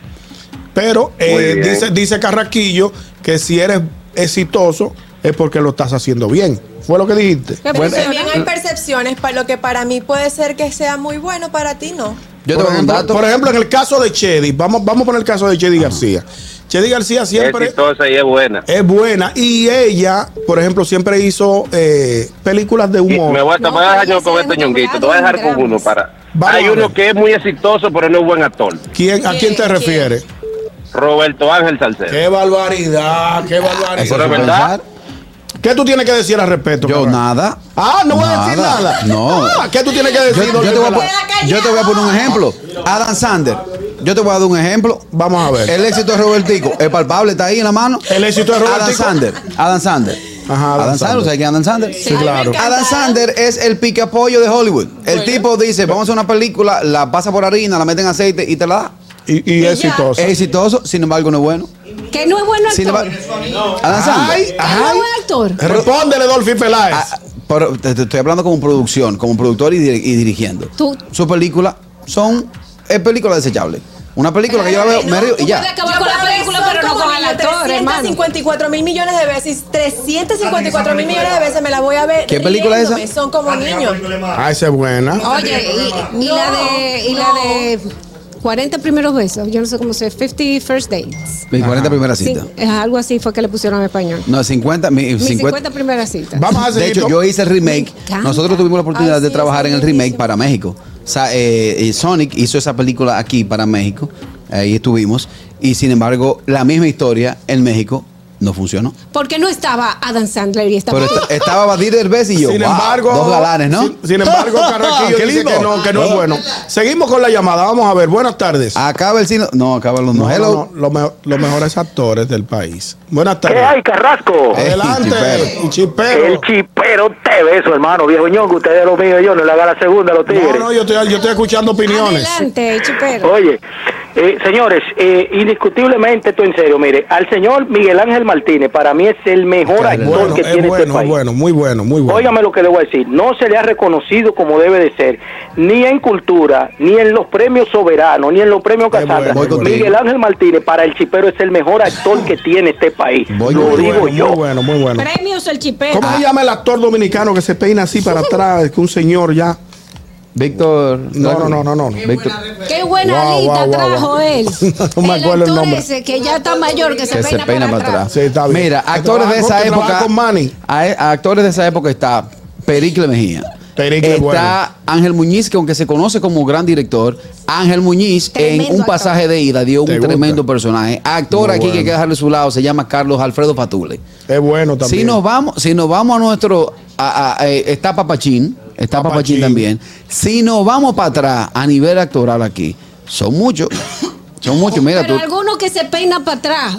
[SPEAKER 3] Pero eh,
[SPEAKER 7] bien.
[SPEAKER 3] dice, dice Carraquillo que si eres exitoso es porque lo estás haciendo bien. Fue lo que dijiste.
[SPEAKER 5] Pero
[SPEAKER 2] eh,
[SPEAKER 4] eh,
[SPEAKER 5] también hay percepciones para lo que para mí puede ser que sea muy bueno, para ti no.
[SPEAKER 2] Yo te
[SPEAKER 3] por,
[SPEAKER 2] voy a dar un
[SPEAKER 3] ejemplo,
[SPEAKER 2] dato.
[SPEAKER 3] por ejemplo, en el caso de Chedi, vamos, vamos por el caso de Chedi García. Chedi García siempre...
[SPEAKER 7] exitosa y es buena.
[SPEAKER 3] Es buena. Y ella, por ejemplo, siempre hizo eh, películas de
[SPEAKER 7] Y Me
[SPEAKER 3] humor.
[SPEAKER 7] voy a, te
[SPEAKER 4] No,
[SPEAKER 7] voy a dejar
[SPEAKER 4] pero
[SPEAKER 7] yo con
[SPEAKER 4] ese
[SPEAKER 7] este
[SPEAKER 4] es un
[SPEAKER 7] ñonguito. Te voy a dejar con
[SPEAKER 4] drama.
[SPEAKER 7] uno para.
[SPEAKER 3] Vamos
[SPEAKER 7] Hay
[SPEAKER 3] a
[SPEAKER 7] uno
[SPEAKER 3] ver.
[SPEAKER 7] que es muy exitoso, pero no es buen actor.
[SPEAKER 3] ¿Quién, ¿A quién te
[SPEAKER 5] ¿Quién?
[SPEAKER 3] refieres?
[SPEAKER 7] Roberto Ángel Salcedo.
[SPEAKER 3] ¡Qué barbaridad! ¡Qué
[SPEAKER 2] Eso
[SPEAKER 7] Pero
[SPEAKER 2] es
[SPEAKER 7] es
[SPEAKER 3] barbaridad!
[SPEAKER 7] verdad.
[SPEAKER 3] ¿Qué tú tienes que decir al respecto?
[SPEAKER 2] Yo
[SPEAKER 3] Ferran?
[SPEAKER 2] nada.
[SPEAKER 3] Ah, no voy a decir nada.
[SPEAKER 2] No.
[SPEAKER 3] Ah, ¿Qué tú tienes que
[SPEAKER 2] Yo,
[SPEAKER 3] decir?
[SPEAKER 2] yo te voy a,
[SPEAKER 3] Ferran?
[SPEAKER 2] pon- yo te voy a poner un ejemplo. Adam Sander. Yo te voy a dar un ejemplo.
[SPEAKER 3] Vamos a ver.
[SPEAKER 2] El éxito de Robertico. El palpable está ahí en la mano.
[SPEAKER 3] El éxito de Robertico.
[SPEAKER 2] Adam Sander. Adam Sander.
[SPEAKER 3] Ajá, Adam
[SPEAKER 2] Adam, Sander.
[SPEAKER 3] Sandler.
[SPEAKER 2] ¿Sabes quién es Adam Sander?
[SPEAKER 3] Sí, claro.
[SPEAKER 2] Adam Sander es el picapollo de Hollywood. El tipo dice, vamos a hacer una película, la pasa por harina, la mete en aceite y te la da.
[SPEAKER 3] Y, y
[SPEAKER 4] ya.
[SPEAKER 3] exitoso.
[SPEAKER 2] Es exitoso, sin embargo no es bueno.
[SPEAKER 4] Que no es bueno
[SPEAKER 2] Sin
[SPEAKER 4] actor.
[SPEAKER 2] embargo, Adam Sander.
[SPEAKER 3] Ay,
[SPEAKER 4] Que no es buen actor.
[SPEAKER 3] Respóndele, Dolphy Peláez.
[SPEAKER 2] Ah, pero te, te estoy hablando como producción, como productor y, dir- y dirigiendo.
[SPEAKER 4] Tú-
[SPEAKER 2] Sus películas son es película desechable. Una película que yo la veo, me río y
[SPEAKER 4] Tú puedes
[SPEAKER 2] ya.
[SPEAKER 4] acabar con la película, pero no con el actor, hermano.
[SPEAKER 5] 354 mil millones de veces, 354 mil millones de veces me la voy a ver.
[SPEAKER 2] ¿Qué película es esa?
[SPEAKER 5] riéndome, Son como niños.
[SPEAKER 3] Ah, esa es buena.
[SPEAKER 4] Oye, y, y la de, y la de 40 primeros besos, yo no sé cómo se, 50 first dates.
[SPEAKER 2] Mi 40 primera
[SPEAKER 4] Sí,
[SPEAKER 2] cita.
[SPEAKER 4] es algo así fue que le pusieron en español.
[SPEAKER 2] No, 50, mi-
[SPEAKER 4] Mis 50
[SPEAKER 2] 50.
[SPEAKER 4] primeras citas.
[SPEAKER 3] Vamos a
[SPEAKER 2] De
[SPEAKER 3] hacer
[SPEAKER 2] hecho,
[SPEAKER 3] esto.
[SPEAKER 2] yo hice el remake.
[SPEAKER 4] Me encanta.
[SPEAKER 2] Nosotros tuvimos la oportunidad
[SPEAKER 5] Ay,
[SPEAKER 2] de
[SPEAKER 5] sí,
[SPEAKER 2] trabajar
[SPEAKER 5] sí,
[SPEAKER 2] en el
[SPEAKER 5] buenísimo.
[SPEAKER 2] remake para México. O sea, eh, eh, Sonic hizo esa película aquí para México. Ahí estuvimos. Y sin embargo, la misma historia en México no funcionó.
[SPEAKER 4] Porque no estaba Adam Sandler y estaba. ¡Oh!
[SPEAKER 2] Pero
[SPEAKER 3] este,
[SPEAKER 2] est- estaba Badir Derbez y yo.
[SPEAKER 3] sin
[SPEAKER 2] wow,
[SPEAKER 3] embargo,
[SPEAKER 2] dos galanes, ¿no?
[SPEAKER 3] Sin, sin embargo, Carraquillo
[SPEAKER 2] Qué
[SPEAKER 3] dice que
[SPEAKER 2] lindo.
[SPEAKER 3] no, que no es bueno. Seguimos con la llamada. Vamos a ver. Buenas tardes.
[SPEAKER 2] Acaba el cine. No, acaba los no.
[SPEAKER 3] No,
[SPEAKER 2] Hello.
[SPEAKER 3] no, no, los, me- los mejores actores del país. Buenas
[SPEAKER 6] ¿Qué hay,
[SPEAKER 3] tardes.
[SPEAKER 6] Carrasco?
[SPEAKER 2] Eh,
[SPEAKER 3] Adelante,
[SPEAKER 2] Chipero.
[SPEAKER 3] chipero.
[SPEAKER 6] El chipero te beso, hermano, viejo ñongo. Usted es lo mío, yo no le haga la segunda a los
[SPEAKER 3] No,
[SPEAKER 6] tigres.
[SPEAKER 3] no, yo estoy, yo estoy escuchando opiniones. Oh.
[SPEAKER 4] Adelante, chupero.
[SPEAKER 6] Oye, eh, señores, eh, indiscutiblemente esto en serio. Mire, al señor Miguel Ángel Martínez, para mí es el mejor actor
[SPEAKER 3] Bueno,
[SPEAKER 6] que
[SPEAKER 3] es
[SPEAKER 6] tiene este
[SPEAKER 3] bueno, es
[SPEAKER 6] país.
[SPEAKER 3] bueno, muy bueno, muy bueno.
[SPEAKER 6] Óigame lo que le voy a decir, no se le ha reconocido como debe de ser, ni en cultura, ni en los premios soberanos, ni en los premios
[SPEAKER 3] Es bueno,
[SPEAKER 6] Casandra.
[SPEAKER 2] voy contigo.
[SPEAKER 6] Miguel Ángel Martínez para el chipero es el mejor actor que tiene este país.
[SPEAKER 2] Voy
[SPEAKER 6] lo
[SPEAKER 3] muy
[SPEAKER 6] digo
[SPEAKER 3] bueno,
[SPEAKER 6] yo.
[SPEAKER 3] muy bueno, muy bueno.
[SPEAKER 4] Premios el chipero.
[SPEAKER 2] Ah.
[SPEAKER 3] ¿Cómo se llama el actor dominicano que se peina así para atrás, que un señor ya?
[SPEAKER 2] Uh. Víctor.
[SPEAKER 3] No, no, no, no, no. no.
[SPEAKER 2] Víctor.
[SPEAKER 4] Qué buena
[SPEAKER 3] Guau,
[SPEAKER 4] lista
[SPEAKER 3] guau, guau,
[SPEAKER 4] trajo
[SPEAKER 3] guau.
[SPEAKER 4] él.
[SPEAKER 3] No me acuerdo el
[SPEAKER 4] actor
[SPEAKER 3] nombre.
[SPEAKER 4] ese que ya está mayor, que se,
[SPEAKER 2] Que se peina para atrás.
[SPEAKER 3] Sí, está bien.
[SPEAKER 2] Mira,
[SPEAKER 3] Que
[SPEAKER 2] actores de
[SPEAKER 3] trabaja-
[SPEAKER 2] esa e,
[SPEAKER 3] que trabaja
[SPEAKER 2] época.
[SPEAKER 3] con Manny.
[SPEAKER 2] a- a actores de esa época está Pericle Mejía.
[SPEAKER 3] Perico es
[SPEAKER 2] Está Ángel Muñiz, que aunque se conoce como gran director, Ángel Muñiz
[SPEAKER 4] Tremendo
[SPEAKER 2] en un
[SPEAKER 4] actor.
[SPEAKER 2] pasaje de ida dio un
[SPEAKER 3] ¿Te gusta?
[SPEAKER 2] tremendo personaje. Actor
[SPEAKER 3] Muy
[SPEAKER 2] aquí que hay
[SPEAKER 3] bueno.
[SPEAKER 2] que dejarle su lado, se llama Carlos Alfredo Patule.
[SPEAKER 3] Es bueno también.
[SPEAKER 2] Si nos vamos, si nos vamos a nuestro a- a- eh, está Papachín, está Papachín.
[SPEAKER 3] Papachín.
[SPEAKER 2] también. Si nos vamos para atrás a nivel actoral aquí, son muchos. Son muchos, mira
[SPEAKER 4] Pero
[SPEAKER 2] tú,
[SPEAKER 4] alguno que se peina para atrás.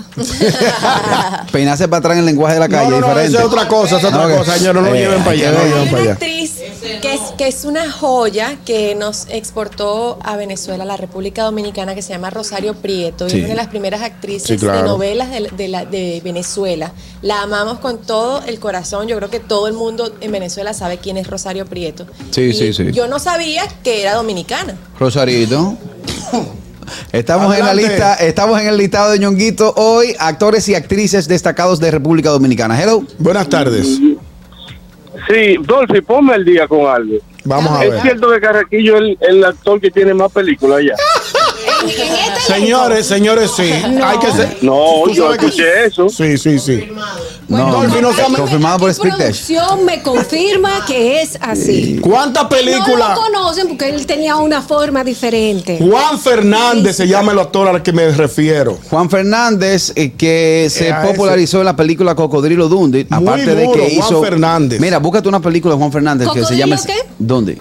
[SPEAKER 2] peinarse para atrás en el lenguaje de la
[SPEAKER 3] no,
[SPEAKER 2] calle
[SPEAKER 3] no, no,
[SPEAKER 2] diferente.
[SPEAKER 3] esa es otra cosa, esa es otra
[SPEAKER 2] Ok.
[SPEAKER 3] cosa, señores, no lo
[SPEAKER 2] Eh,
[SPEAKER 3] lleven para
[SPEAKER 2] hay que
[SPEAKER 3] allá, no lo
[SPEAKER 2] ver.
[SPEAKER 3] lleven
[SPEAKER 5] Hay
[SPEAKER 3] para
[SPEAKER 5] una
[SPEAKER 3] allá.
[SPEAKER 5] actriz que es, que es una joya que nos exportó a Venezuela, a la República Dominicana, que se llama Rosario Prieto.
[SPEAKER 2] Sí.
[SPEAKER 5] Y es una de las primeras actrices
[SPEAKER 3] Sí, claro.
[SPEAKER 5] de novelas de, de la- de Venezuela. La amamos con todo el corazón. Yo creo que todo el mundo en Venezuela sabe quién es Rosario Prieto.
[SPEAKER 2] Sí,
[SPEAKER 5] Y
[SPEAKER 2] sí, sí.
[SPEAKER 5] Yo no sabía que era dominicana.
[SPEAKER 2] pues, Rosarito. Estamos
[SPEAKER 3] Adelante.
[SPEAKER 2] en la lista, estamos en el listado de Ñonguito hoy, actores y actrices destacados de República Dominicana. Hello.
[SPEAKER 3] Buenas tardes.
[SPEAKER 7] Sí, Dolphy, ponme el día con algo.
[SPEAKER 3] Vamos a
[SPEAKER 7] Es
[SPEAKER 3] ver.
[SPEAKER 7] cierto que Carraquillo es el, el actor que tiene más películas allá.
[SPEAKER 3] Señores, señores, sí. Hay que ser.
[SPEAKER 7] No,
[SPEAKER 3] ¿Tú
[SPEAKER 7] yo
[SPEAKER 3] sabes que-
[SPEAKER 7] escuché eso.
[SPEAKER 3] Sí, sí, sí.
[SPEAKER 2] No,
[SPEAKER 3] Dolphy, no sea-
[SPEAKER 2] confirmado por
[SPEAKER 4] Aquí
[SPEAKER 2] Spectash.
[SPEAKER 4] producción me confirma que es así.
[SPEAKER 3] ¿Cuántas
[SPEAKER 4] No
[SPEAKER 3] películas?
[SPEAKER 4] lo conocen porque él tenía una forma
[SPEAKER 2] Uh.
[SPEAKER 4] diferente.
[SPEAKER 3] Juan Fernández se llama el actor al que me refiero.
[SPEAKER 2] Juan Fernández, eh, que se
[SPEAKER 3] Era ese.
[SPEAKER 2] popularizó en la película Cocodrilo Dundee,
[SPEAKER 3] Muy
[SPEAKER 2] aparte de
[SPEAKER 3] duro,
[SPEAKER 2] que
[SPEAKER 3] Juan
[SPEAKER 2] hizo.
[SPEAKER 3] Fernández.
[SPEAKER 2] Mira, búscate una película de Juan Fernández que se llama.
[SPEAKER 4] ¿Cocodrilo qué?
[SPEAKER 2] Dundee.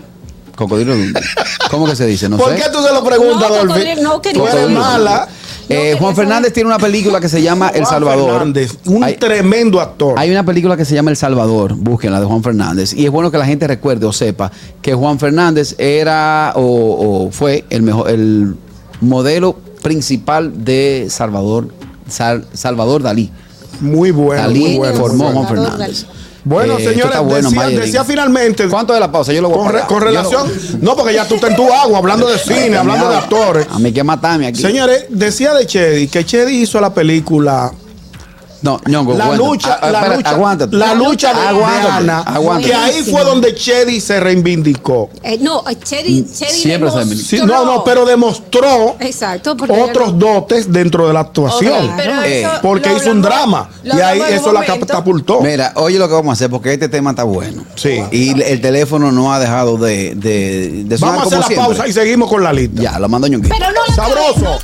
[SPEAKER 2] Cocodrilo Dundee. ¿Cómo que se dice? No
[SPEAKER 3] ¿Por
[SPEAKER 2] sé.
[SPEAKER 3] qué tú se lo preguntas,
[SPEAKER 4] No,
[SPEAKER 3] Dolphy?
[SPEAKER 4] cocodrilo, no, querido.
[SPEAKER 3] Tú eres
[SPEAKER 2] Cocodrilo.
[SPEAKER 3] mala.
[SPEAKER 2] Eh,
[SPEAKER 4] quería
[SPEAKER 2] Juan
[SPEAKER 4] saber.
[SPEAKER 2] Fernández tiene una película que se llama El
[SPEAKER 3] Juan
[SPEAKER 2] Salvador.
[SPEAKER 3] Fernández, un
[SPEAKER 2] Hay-
[SPEAKER 3] tremendo actor.
[SPEAKER 2] Hay una película que se llama El Salvador, búsquenla, de Juan Fernández. Y es bueno que la gente recuerde o sepa que Juan Fernández era o, o fue el mejor, el modelo principal de Salvador, Sal- Salvador Dalí.
[SPEAKER 3] Muy bueno, muy
[SPEAKER 2] Dalí
[SPEAKER 3] bueno. muy
[SPEAKER 2] formó
[SPEAKER 3] bueno.
[SPEAKER 2] Juan
[SPEAKER 4] Salvador
[SPEAKER 2] Fernández. Eh,
[SPEAKER 4] Dalí.
[SPEAKER 3] Bueno,
[SPEAKER 2] esto
[SPEAKER 3] señores,
[SPEAKER 2] está
[SPEAKER 3] decía-
[SPEAKER 2] Mayelin.
[SPEAKER 3] decía finalmente-
[SPEAKER 2] ¿Cuánto de la pausa? Yo lo voy a
[SPEAKER 3] Con, re-
[SPEAKER 2] pagar.
[SPEAKER 3] con
[SPEAKER 2] Yo ah, lo-
[SPEAKER 3] relación, no, porque ya tú estás en tu agua hablando de cine, hablando de actores.
[SPEAKER 2] A mí que matame aquí.
[SPEAKER 3] Señores, decía de Chedi que Chedi hizo la película
[SPEAKER 2] No, Ñongo,
[SPEAKER 3] La
[SPEAKER 2] aguanta.
[SPEAKER 3] lucha,
[SPEAKER 2] A- a-
[SPEAKER 3] la
[SPEAKER 2] espérate,
[SPEAKER 3] lucha,
[SPEAKER 2] aguántate.
[SPEAKER 3] la lucha de
[SPEAKER 2] Aguántate,
[SPEAKER 3] Ana,
[SPEAKER 2] aguántate.
[SPEAKER 3] que ahí fue donde Chedi se reivindicó.
[SPEAKER 4] Eh, no, eh,
[SPEAKER 2] Mm.
[SPEAKER 4] Chedi, Chedi
[SPEAKER 2] Siempre se me-
[SPEAKER 4] demostró-
[SPEAKER 3] Sí, no, no, pero demostró
[SPEAKER 4] Exacto, porque
[SPEAKER 3] otros dotes dentro de la actuación,
[SPEAKER 5] Ok, pero
[SPEAKER 2] Eh,
[SPEAKER 5] eso
[SPEAKER 3] porque
[SPEAKER 5] lo
[SPEAKER 3] hizo un drama
[SPEAKER 5] hablamos- lo
[SPEAKER 3] y ahí
[SPEAKER 5] hablamos en
[SPEAKER 3] eso
[SPEAKER 5] un
[SPEAKER 3] la
[SPEAKER 5] momento.
[SPEAKER 3] catapultó.
[SPEAKER 2] Mira, oye lo que vamos a hacer, porque este tema está bueno.
[SPEAKER 3] Sí.
[SPEAKER 2] Y le- el teléfono no ha dejado de, de, de sonar
[SPEAKER 3] Vamos
[SPEAKER 2] como
[SPEAKER 3] a hacer la
[SPEAKER 2] siempre.
[SPEAKER 3] pausa y seguimos con la lista.
[SPEAKER 2] Ya, lo mando Ñonguito.
[SPEAKER 4] Pero no la
[SPEAKER 3] Sabroso.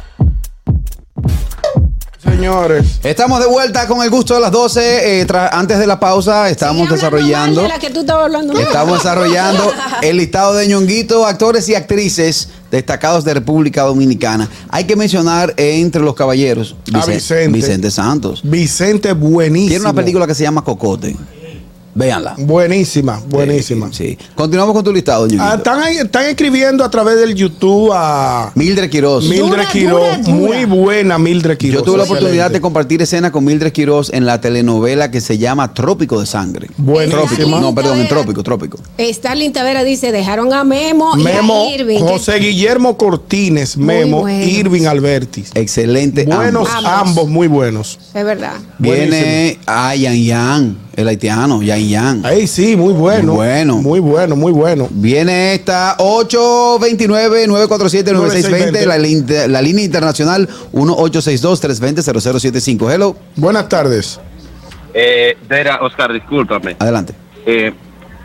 [SPEAKER 3] Señores,
[SPEAKER 2] Estamos de vuelta con el gusto de las 12. eh, tra- antes de la pausa estamos
[SPEAKER 4] Estoy hablando
[SPEAKER 2] desarrollando.
[SPEAKER 4] mal de la que tú estabas hablando.
[SPEAKER 2] Estamos desarrollando el listado de ñonguito, actores y actrices destacados de República Dominicana. Hay que mencionar eh, entre los caballeros
[SPEAKER 3] A
[SPEAKER 2] Vicen-
[SPEAKER 3] Vicente.
[SPEAKER 2] Vicente Santos.
[SPEAKER 3] Vicente buenísimo.
[SPEAKER 2] Tiene una película que se llama Cocote. Véanla.
[SPEAKER 3] buenísima, buenísima.
[SPEAKER 2] Sí. Continuamos con tu listado, ñonguito.
[SPEAKER 3] Ah, están, ahí- están escribiendo a través del YouTube a
[SPEAKER 2] Mildred Quiroz.
[SPEAKER 3] Mildred
[SPEAKER 4] dura,
[SPEAKER 3] Quiroz.
[SPEAKER 4] dura.
[SPEAKER 3] Muy buena Mildred Quiroz.
[SPEAKER 2] Yo tuve la oportunidad de
[SPEAKER 3] Excelente.
[SPEAKER 2] compartir escena con Mildred Quiroz en la telenovela que se llama Trópico de Sangre.
[SPEAKER 3] Buenísima.
[SPEAKER 4] Trópico,
[SPEAKER 2] No, perdón, en
[SPEAKER 4] Vera.
[SPEAKER 2] Trópico, Trópico.
[SPEAKER 4] Starling Tavera dice, dejaron a Memo,
[SPEAKER 3] Memo,
[SPEAKER 4] y a Irving.
[SPEAKER 3] José Guillermo Cortines,
[SPEAKER 4] Muy
[SPEAKER 3] Memo,
[SPEAKER 4] buenos.
[SPEAKER 3] Irving Albertis.
[SPEAKER 2] Excelente.
[SPEAKER 3] Buenos
[SPEAKER 2] ambos.
[SPEAKER 3] ambos. muy buenos.
[SPEAKER 4] Es verdad.
[SPEAKER 2] Viene a Yan Yan, el haitiano, Yan Yan.
[SPEAKER 3] Ahí sí, muy bueno.
[SPEAKER 2] Muy bueno.
[SPEAKER 3] Muy bueno, muy bueno.
[SPEAKER 2] Viene esta 829-947-9620, la, lin- la línea internacional 1862-320-0075. Hello,
[SPEAKER 3] Buenas tardes.
[SPEAKER 7] Eh, Dera, Oscar, discúlpame.
[SPEAKER 2] adelante.
[SPEAKER 7] Eh,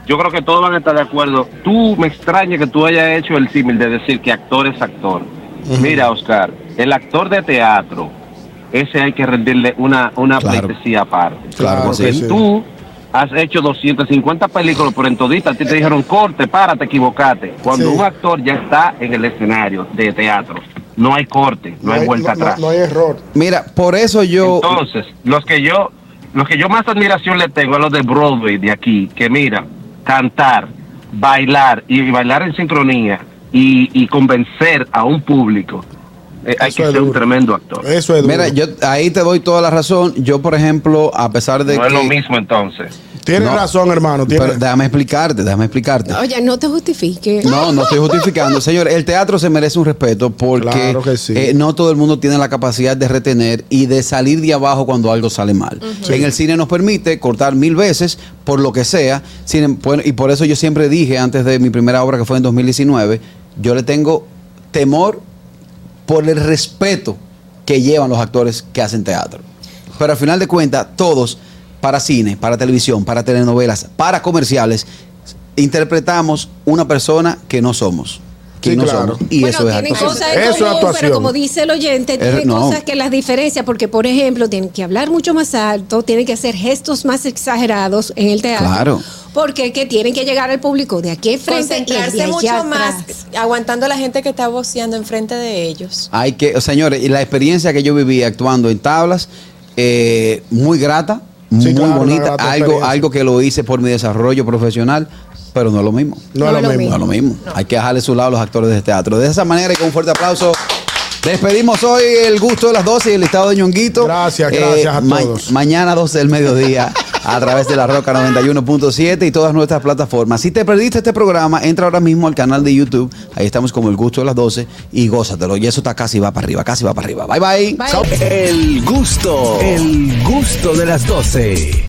[SPEAKER 7] yo creo que todos van a estar de acuerdo. Tú me extraña que tú hayas hecho el símil de decir que actor es actor. Mira, Oscar, el actor de teatro, ese hay que rendirle una, una
[SPEAKER 2] Claro.
[SPEAKER 7] pleitesía aparte.
[SPEAKER 2] Claro que
[SPEAKER 7] Porque
[SPEAKER 3] sí.
[SPEAKER 7] tú has hecho 250 películas, pero en todita a ti te dijeron corte, párate, equivocate. Cuando
[SPEAKER 3] Sí.
[SPEAKER 7] un actor ya está en el escenario de teatro, no hay corte, no, hay, vuelta
[SPEAKER 3] no-
[SPEAKER 7] atrás.
[SPEAKER 3] no hay error.
[SPEAKER 2] Mira, por eso yo.
[SPEAKER 7] Entonces, los que yo, los que yo más admiración le tengo a los de Broadway de aquí, que mira, cantar, bailar y bailar en sincronía y, y convencer a un público, eh, hay
[SPEAKER 3] Eso
[SPEAKER 7] que
[SPEAKER 3] es
[SPEAKER 7] ser un
[SPEAKER 3] duro.
[SPEAKER 7] tremendo actor.
[SPEAKER 3] Eso es duro.
[SPEAKER 2] Mira, yo ahí te doy toda la razón. Yo, por ejemplo, a pesar de
[SPEAKER 7] no
[SPEAKER 2] que.
[SPEAKER 7] es lo mismo entonces.
[SPEAKER 3] Tienes
[SPEAKER 2] no.
[SPEAKER 3] razón, hermano.
[SPEAKER 2] Pero
[SPEAKER 3] tienes-
[SPEAKER 2] déjame explicarte, déjame explicarte.
[SPEAKER 4] Oye, no te justifiques.
[SPEAKER 2] No, no estoy justificando. Señor, el teatro se merece un respeto porque
[SPEAKER 3] Claro que sí.
[SPEAKER 2] eh, no todo el mundo tiene la capacidad de retener y de salir de abajo cuando algo sale mal. En el cine nos permite cortar mil veces por lo que sea. Sin em- bueno, y por eso yo siempre dije antes de mi primera obra que fue en 2019, yo le tengo temor por el respeto que llevan los actores que hacen teatro. Pero al final de cuentas, todos, para cine, para televisión, para telenovelas, para comerciales, interpretamos una persona que no somos. Que
[SPEAKER 3] Sí,
[SPEAKER 2] no
[SPEAKER 3] claro.
[SPEAKER 2] somos. Y
[SPEAKER 4] bueno,
[SPEAKER 2] eso es
[SPEAKER 4] tienen
[SPEAKER 2] actuación.
[SPEAKER 4] cosas
[SPEAKER 3] Eso
[SPEAKER 4] en
[SPEAKER 3] es
[SPEAKER 4] común,
[SPEAKER 3] actuación.
[SPEAKER 4] pero como dice el oyente, tienen
[SPEAKER 2] no.
[SPEAKER 4] cosas que las diferencias, porque por ejemplo, tienen que hablar mucho más alto, tienen que hacer gestos más exagerados en el teatro.
[SPEAKER 2] Claro.
[SPEAKER 4] Porque que tienen que llegar al público de aquí enfrente y de
[SPEAKER 5] Concentrarse
[SPEAKER 4] allá
[SPEAKER 5] mucho
[SPEAKER 4] atrás.
[SPEAKER 5] más, aguantando a la gente que está boceando enfrente de ellos.
[SPEAKER 2] Hay que, señores, y la experiencia que yo viví actuando en tablas, eh, muy grata, muy
[SPEAKER 3] claro, una
[SPEAKER 2] bonita,
[SPEAKER 3] grata
[SPEAKER 2] algo,
[SPEAKER 3] experiencia.
[SPEAKER 2] algo que lo hice por mi desarrollo profesional, pero no es lo mismo.
[SPEAKER 3] No, es lo mismo.
[SPEAKER 2] No es lo mismo. Hay que dejarle su lado a los actores de este teatro. De esa manera y con un fuerte aplauso. Despedimos hoy el gusto de las 12 y el estado de ñonguito. Eh,
[SPEAKER 3] Gracias, gracias a todos.
[SPEAKER 2] Mañana 12 del mediodía a través de la Roca 91.7 y todas nuestras plataformas. Si te perdiste este programa, entra ahora mismo al canal de YouTube. Ahí estamos como el gusto de las 12 y gózatelo. Y eso está casi va para arriba, casi va para arriba. bye.
[SPEAKER 4] Bye.
[SPEAKER 1] El gusto, el gusto de las 12.